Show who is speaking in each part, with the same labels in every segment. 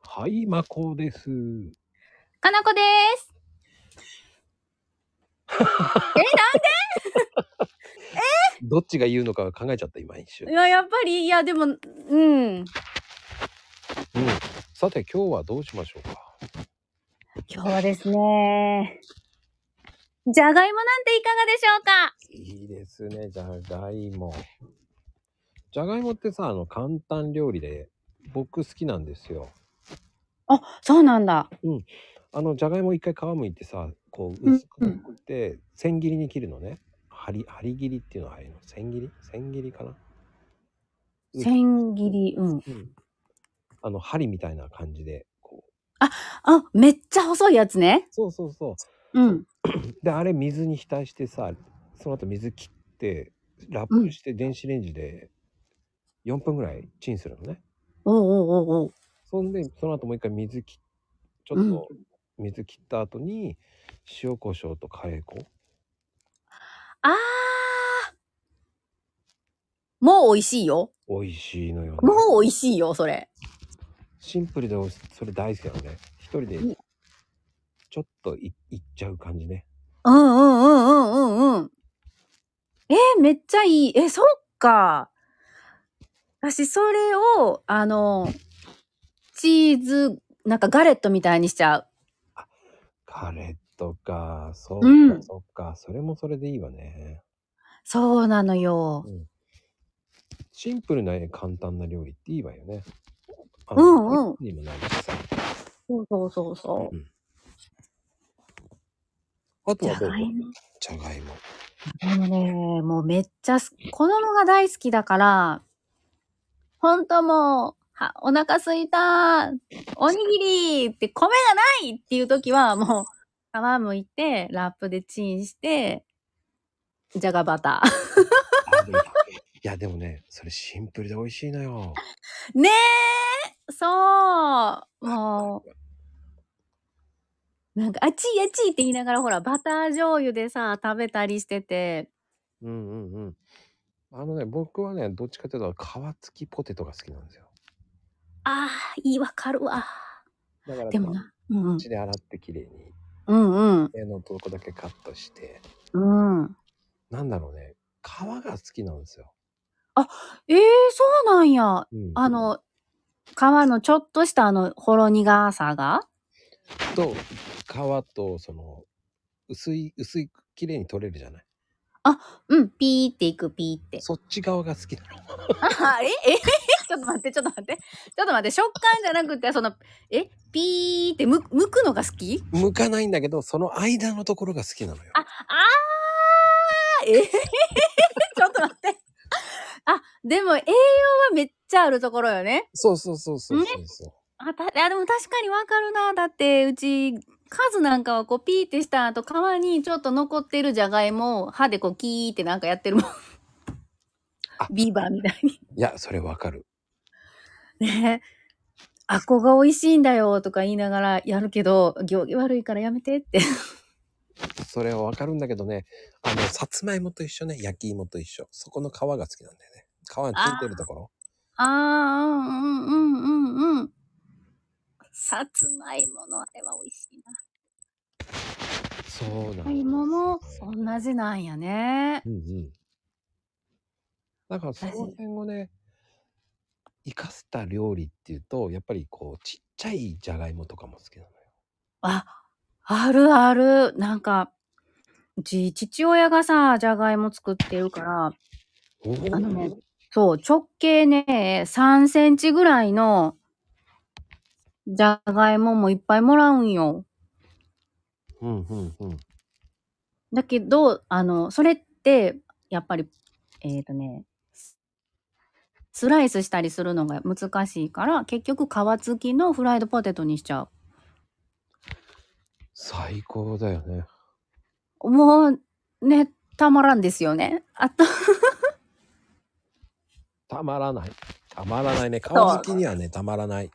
Speaker 1: はい、まこです。
Speaker 2: かなこです。
Speaker 1: どっちが言うのか考えちゃった、今一瞬
Speaker 2: い。や、やっぱり、いや、でも、うん。
Speaker 1: うん。さて、今日はどうしましょうか。
Speaker 2: 今日はですね、じゃがいもなんていかがでしょうか
Speaker 1: いいですね、じゃがいも。じゃがいもってさ、あの、簡単料理で、僕好きなんですよ。
Speaker 2: あ、そうなんだ。
Speaker 1: あの、じゃがいも一回皮むいてさ、こう、
Speaker 2: うん
Speaker 1: 薄く切って、千切りに切るのね。針、針切りっていうのはああいうの。千切り千切りかな。うん
Speaker 2: 千切り、うん。
Speaker 1: うん。あの、針みたいな感じで、こう。
Speaker 2: あ、めっちゃ細いやつね。
Speaker 1: そうそうそう。
Speaker 2: うん。
Speaker 1: であれ水に浸してさその後水切ってラップして電子レンジで4分ぐらいチンするのね、
Speaker 2: おうおうおうおう。
Speaker 1: そんでその後もう一回水切っちょっと水切った後に塩コショウとカレー粉
Speaker 2: あー。もう美味しいよ。
Speaker 1: 美味しいのよ、ね、
Speaker 2: もう美味しいよ、それ。
Speaker 1: シンプルでおいしそれ大好きなのね一人で
Speaker 2: うん
Speaker 1: ちょっといいっちゃう感じね
Speaker 2: うんうんうんうんうんうん。えーめっちゃいい。え、そっか。私、それを、あの、チーズ、なんかガレットみたいにしちゃう。
Speaker 1: カレーとかそううか
Speaker 2: ん
Speaker 1: そっか、それもそれでいいわね
Speaker 2: そうなのよ。
Speaker 1: シンプルな簡単な料理っていいわよね。あ
Speaker 2: うんうん
Speaker 1: にもなるしさ。
Speaker 2: そうそうそうそ
Speaker 1: うんあと
Speaker 2: じ
Speaker 1: は
Speaker 2: ゃ
Speaker 1: どう
Speaker 2: がいも。
Speaker 1: じゃが いも。
Speaker 2: でもね、もうめっちゃす、子供が大好きだから、ほんともう、はお腹すいた、おにぎりって米がないっていう時は、もう、皮むいて、ラップでチンして、じゃがバター。
Speaker 1: あでもいや、でもね、それシンプルで美味しいのよ。
Speaker 2: ねえそうもう、なんか、あっちいあっちいって言いながら、ほら、バター醤油でさ、食べたりしてて、
Speaker 1: うんうんうん。あのね、僕はね、どっちかというと皮付きポテトが好きなんですよ。
Speaker 2: ああ、いいわかるわ。
Speaker 1: だから、
Speaker 2: でも
Speaker 1: こ
Speaker 2: な、うんうん
Speaker 1: っ、ちで洗ってきれいに、
Speaker 2: うんうん、
Speaker 1: 絵のとこだけカットして、
Speaker 2: うん。
Speaker 1: なんだろうね、皮が好きなんですよ。
Speaker 2: ええそうなんや。
Speaker 1: うん
Speaker 2: あ、の、皮のちょっとしたあの、ほろ苦さが
Speaker 1: と、皮と、その、薄い、薄い、綺麗に取れるじゃない。
Speaker 2: うん、ピーっていく、ピーって。
Speaker 1: そっち側が好きなの。
Speaker 2: あ、 え、え、ちょっと待って、ちょっと待って。ちょっと待って、食感じゃなくて、その、え、ピーってむ、むくのが好き
Speaker 1: 向かないんだけど、その間のところが好きなのよ。
Speaker 2: あ、あー、え ちょっと待って。あ、でも栄養はめっちゃあるところよね。
Speaker 1: そうそうそうそうそうそ
Speaker 2: あ、た、あ、でも確かにわかるな。だって、うち、カズなんかはこうピーってした後、皮にちょっと残ってるじゃがいもを歯でこうキーってなんかやってるもん
Speaker 1: あ。
Speaker 2: ビーバーみたいに。
Speaker 1: う。いや、それわかる。
Speaker 2: ねあっこが美味しいんだよとか言いながらやるけど、行儀悪いからやめてって。
Speaker 1: それはわかるんだけどね、あの、さつまいもと一緒ね、焼き芋と一緒。そこの皮が好きなんだよね。皮についてるところ。
Speaker 2: あー、うんうんうんうんうん。さつまいものあれは美味しいな。
Speaker 1: そうなんだ
Speaker 2: さつまいもも同じなんやね。
Speaker 1: うんうん。だから、その辺をね、生かせた料理っていうと、やっぱりこう、ちっちゃいじゃがいもとかも好きなのよ。
Speaker 2: あ、あるある。なんか、うち父親がさ、じゃがいも作ってるから、
Speaker 1: おー
Speaker 2: あのねそう、直径ね、3センチぐらいの、じゃがいももいっぱいもらうんよ。
Speaker 1: うんうんうん。
Speaker 2: だけど、あの、それって、やっぱり、えっ、とね、スライスしたりするのが難しいから、結局皮付きのフライドポテトにしちゃう。
Speaker 1: 最高だよね。
Speaker 2: もう、ね、たまらんですよね。あと、
Speaker 1: たまらない。たまらないね。皮
Speaker 2: そう
Speaker 1: 好きにはね、たまらない。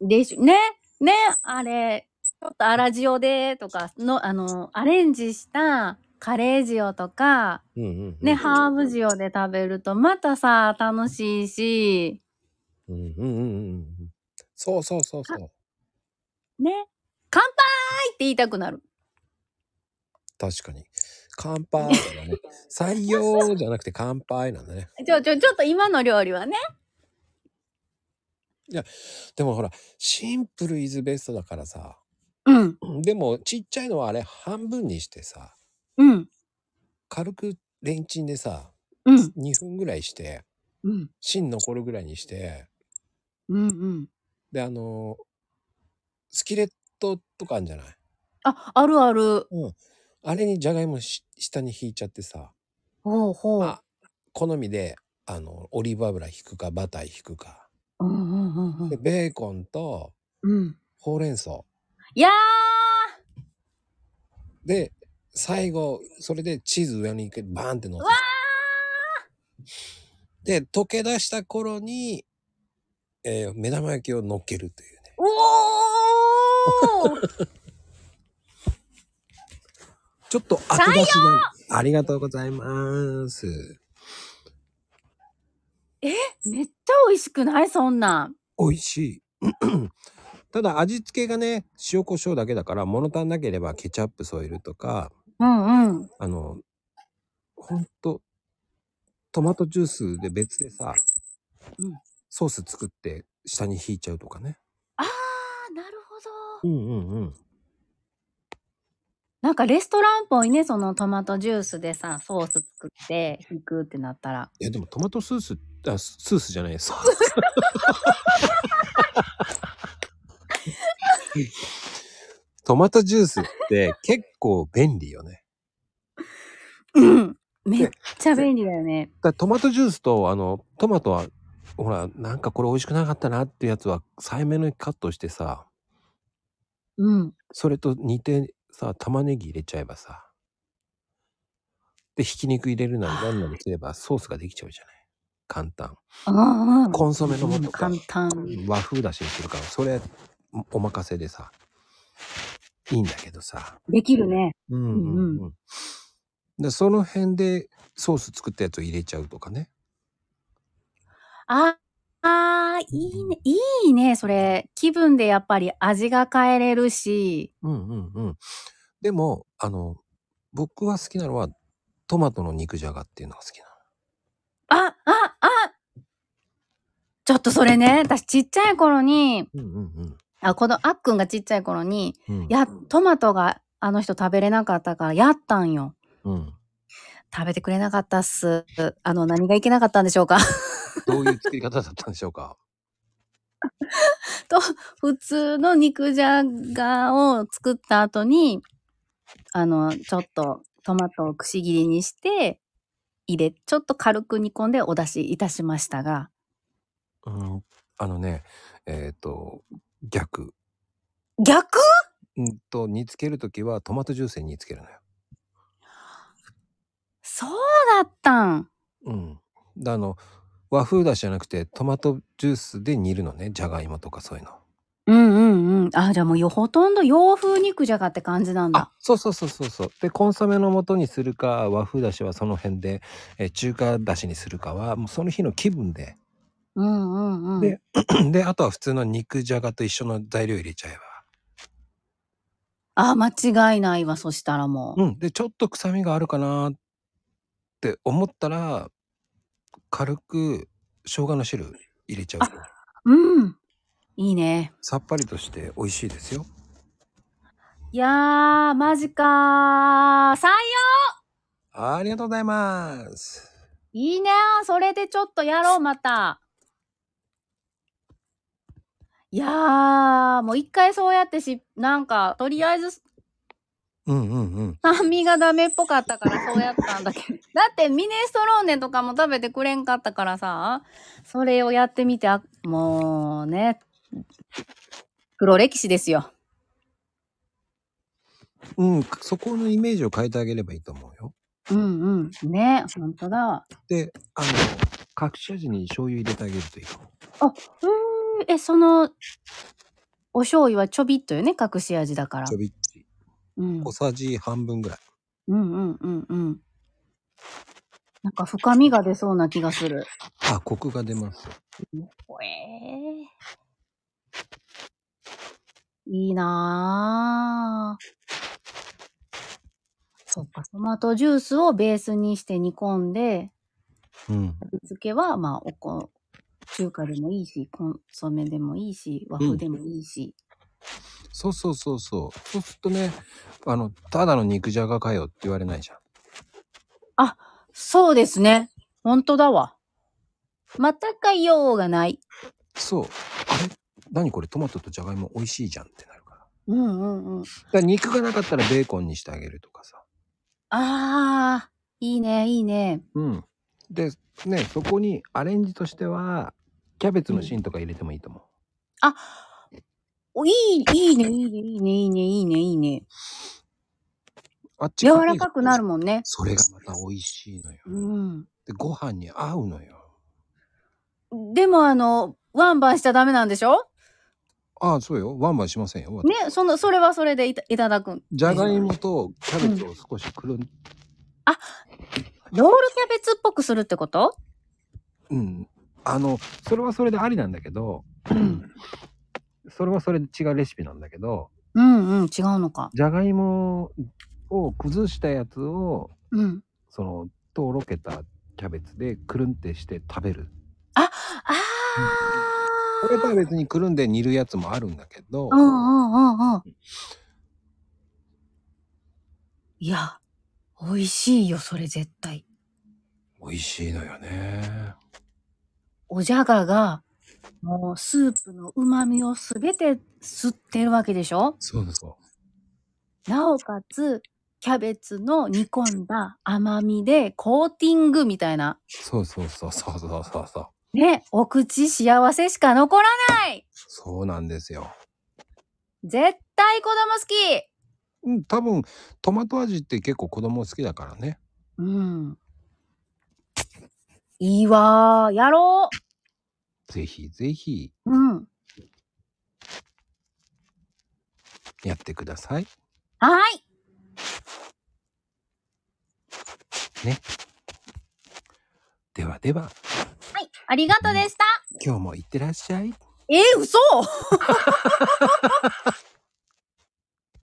Speaker 2: でしょ、ね、ね、あれ、ちょっと粗塩でとかの、あの、アレンジしたカレー塩とか、
Speaker 1: うんうんうん、
Speaker 2: ね、ハーブ塩で食べるとまたさ、楽しいし、
Speaker 1: うんうんうんうんうん。そうそうそうそう。
Speaker 2: ね。乾杯って言いたくなる。
Speaker 1: 確かに。乾杯だ ね。採用じゃなくて乾杯なんだね。
Speaker 2: ちょ、ちょ、ちょっと今の料理はね。
Speaker 1: でもほら、シンプルイズベストだからさ。
Speaker 2: うん。
Speaker 1: でもちっちゃいのはあれ半分にしてさ、
Speaker 2: うん。
Speaker 1: 軽くレンチンでさ、
Speaker 2: うん。
Speaker 1: 2分ぐらいして、
Speaker 2: うん。
Speaker 1: 芯残るぐらいにして、
Speaker 2: うん。うん。
Speaker 1: で、あの、スキレットとかあるんじゃない
Speaker 2: あ、あるある。
Speaker 1: あれにじゃがいもし下に引いちゃってさ、
Speaker 2: ほうほう
Speaker 1: あ。好みで、あの、オリーブ油引くか、バター引くか。
Speaker 2: うんうんうんう
Speaker 1: で、
Speaker 2: ん。
Speaker 1: ベーコンと、
Speaker 2: うん。
Speaker 1: ほうれん草。
Speaker 2: いやー
Speaker 1: で、最後、それでチーズ上にバーンって乗せ
Speaker 2: うわ
Speaker 1: て。で、溶け出した頃に、えー目玉焼きを乗っけるというね。
Speaker 2: おー
Speaker 1: ちょっと後出しの。ありがとうございます。
Speaker 2: めっちゃ美味しくないそんなん。
Speaker 1: 美味しい。 ただ味付けがね、塩コショウだけだから、物足んなければケチャップ添えるとか、
Speaker 2: うんうん。
Speaker 1: あの、ほんと、トマトジュースで別でさ、
Speaker 2: うん
Speaker 1: ソース作って下に引いちゃうとかね。
Speaker 2: あー、なるほ
Speaker 1: う
Speaker 2: ど。
Speaker 1: んうんうん。
Speaker 2: なんかレストランっぽいね、そのトマトジュースでさ、ソース作って、引くってなったら。
Speaker 1: いやでもトマトスースあススースじゃ ないソーストマトジュースって結構便利よね。
Speaker 2: うん。めっちゃ便利だよね。
Speaker 1: だからトマトジュースとあのトマトはほらなんかこれ美味しくなかったなっていうやつは最めのカットしてさ
Speaker 2: うん。
Speaker 1: それと煮てさ玉ねぎ入れちゃえばさでひき肉入れるなりなんなりすればソースができちゃうじゃない簡単
Speaker 2: うんうん。
Speaker 1: コンソメの素とか
Speaker 2: 簡単。
Speaker 1: 和風だしにするからそれお任せでさいいんだけどさ
Speaker 2: できるね。
Speaker 1: うんうん
Speaker 2: うん
Speaker 1: うんでその辺でソース作ったやつを入れちゃうとかね
Speaker 2: ああー、いいね。いいね、それ。気分でやっぱり味が変えれるし。
Speaker 1: うんうんうんでもあの僕は好きなのはトマトの肉じゃがっていうのが好きな
Speaker 2: あ、あ、あちょっとそれね、私ちっちゃい頃に、
Speaker 1: のうんうん
Speaker 2: あ、このあっくんがちっちゃい頃に、
Speaker 1: うんうん
Speaker 2: や、トマトがあの人食べれなかったから、やったんよ。
Speaker 1: うん
Speaker 2: 食べてくれなかったっす。あの、何がいけなかったんでしょうか。
Speaker 1: どういう作り方だったんでしょうか
Speaker 2: 普通の肉じゃがを作った後に、あの、ちょっとトマトをくし切りにして、入れ、ちょっと軽く煮込んでお出しいたしましたが、
Speaker 1: うんあのねえっ、と逆
Speaker 2: 逆
Speaker 1: うんと煮つけるときはトマトジュースに煮つけるのよ
Speaker 2: そうだったん。
Speaker 1: うん。であの和風だしじゃなくてトマトジュースで煮るのねじゃがいもとかそういうの。
Speaker 2: うんうんうん。あ、じゃあもうよほとんど洋風肉じゃがって感じなんだ
Speaker 1: あ。そうそうそうそうそう。でコンソメの素にするか和風だしはその辺で、えー中華だしにするかはもうその日の気分で
Speaker 2: うんうんうん。
Speaker 1: でであとは普通の肉じゃがと一緒の材料入れちゃえ
Speaker 2: あ、間違いないわ、そしたらもう。
Speaker 1: ば。うん。でちょっと臭みがあるかなって思ったら軽く生姜の汁入れちゃうと
Speaker 2: うん。いいね。
Speaker 1: さっぱりとして美味しいですよ。
Speaker 2: いやー、マジかー。採用
Speaker 1: ありがとうございます。
Speaker 2: いいねー。それでちょっとやろう、また。いやー、もう一回そうやってし、なんか、とりあえず
Speaker 1: うんうんうん。
Speaker 2: 酸味がダメっぽかったからそうやったんだけど。 だってミネストローネとかも食べてくれんかったからさ、それをやってみて、あもうね、黒歴史ですよ。
Speaker 1: うん、そこのイメージを変えてあげればいいと思うよ。
Speaker 2: うんうん。ね、ほんとだわ。
Speaker 1: で、あの、隠し味に醤油入れてあげるといいかも。
Speaker 2: うーんえ、その、お醤油はちょびっとよね、隠し味だから
Speaker 1: ちょ。びっち。
Speaker 2: うん、うん
Speaker 1: 小さじ半分ぐらい。
Speaker 2: うんうんうん。なんか深みが出そうな気がする。
Speaker 1: あ、コクが出ます。
Speaker 2: ほえーいいなぁ。そっか、トマトジュースをベースにして煮込んで、
Speaker 1: うん。
Speaker 2: 味付けは、まあ、おこ、中華でもいいし、コンソメでもいいし、和風でもいいし。
Speaker 1: そうそうそうそう。そうするとね、あの、ただの肉じゃがかよって言われないじゃん。
Speaker 2: そうですね。ほんとだわ。またかようがない。
Speaker 1: そう。あれ何これトマトとじゃがいも美味しいじゃんってなるから。だ
Speaker 2: うんうんうん。
Speaker 1: から肉がなかったらベーコンにしてあげるとかさ。
Speaker 2: ああ、いいね、いいね。
Speaker 1: うん。で、ね、そこにアレンジとしては、キャベツの芯とか入れてもいいと思う。
Speaker 2: おいい、いいね、いいね、いいね、いいね、いいね、いいね。
Speaker 1: あっち
Speaker 2: 柔らかくなる
Speaker 1: ん。
Speaker 2: もんね。
Speaker 1: それがまた美味しいのよ。
Speaker 2: うん。
Speaker 1: で、ご飯に合うのよ。
Speaker 2: でも、あの、ワンバンしちゃダメなんでしょ
Speaker 1: ああ、そうよ。ワンバンしませんよ。
Speaker 2: ね、その、それはそれでいたいただくん。
Speaker 1: じゃがいもとキャベツを少しくるん、
Speaker 2: ロールキャベツっぽくするってこと
Speaker 1: うん、あの、それはそれでありなんだけど、
Speaker 2: うん。
Speaker 1: それはそれで違うレシピなんだけど、
Speaker 2: うんうん、違うのか。
Speaker 1: じゃがいもを崩したやつを、
Speaker 2: うん。
Speaker 1: その、とろけたキャベツでくるんってして食べる。
Speaker 2: あ
Speaker 1: これと
Speaker 2: あ。
Speaker 1: は別にくるんで煮るやつもあるんだけど、
Speaker 2: うんうんうんうん。いや、美味しいよ、それ絶対。
Speaker 1: 美味しいのよね。
Speaker 2: おじゃがが、もうスープの旨味をすべて吸ってるわけでしょ
Speaker 1: そうそ
Speaker 2: なおかつ、キャベツの煮込んだ甘みでコーティングみたいな。
Speaker 1: う。そうそうそうそうそうそうそう。
Speaker 2: ね、お口幸せしか残らない
Speaker 1: そうなんですよ。
Speaker 2: 絶対子供好き
Speaker 1: うん、多分トマト味って結構子供好きだからね。
Speaker 2: うん。いいわー、やろ
Speaker 1: ぜひぜひ
Speaker 2: ううん。
Speaker 1: やってください。
Speaker 2: はい
Speaker 1: ではでは、
Speaker 2: はい、ありがとうでした
Speaker 1: 今日もいってらっしゃい。
Speaker 2: えー、嘘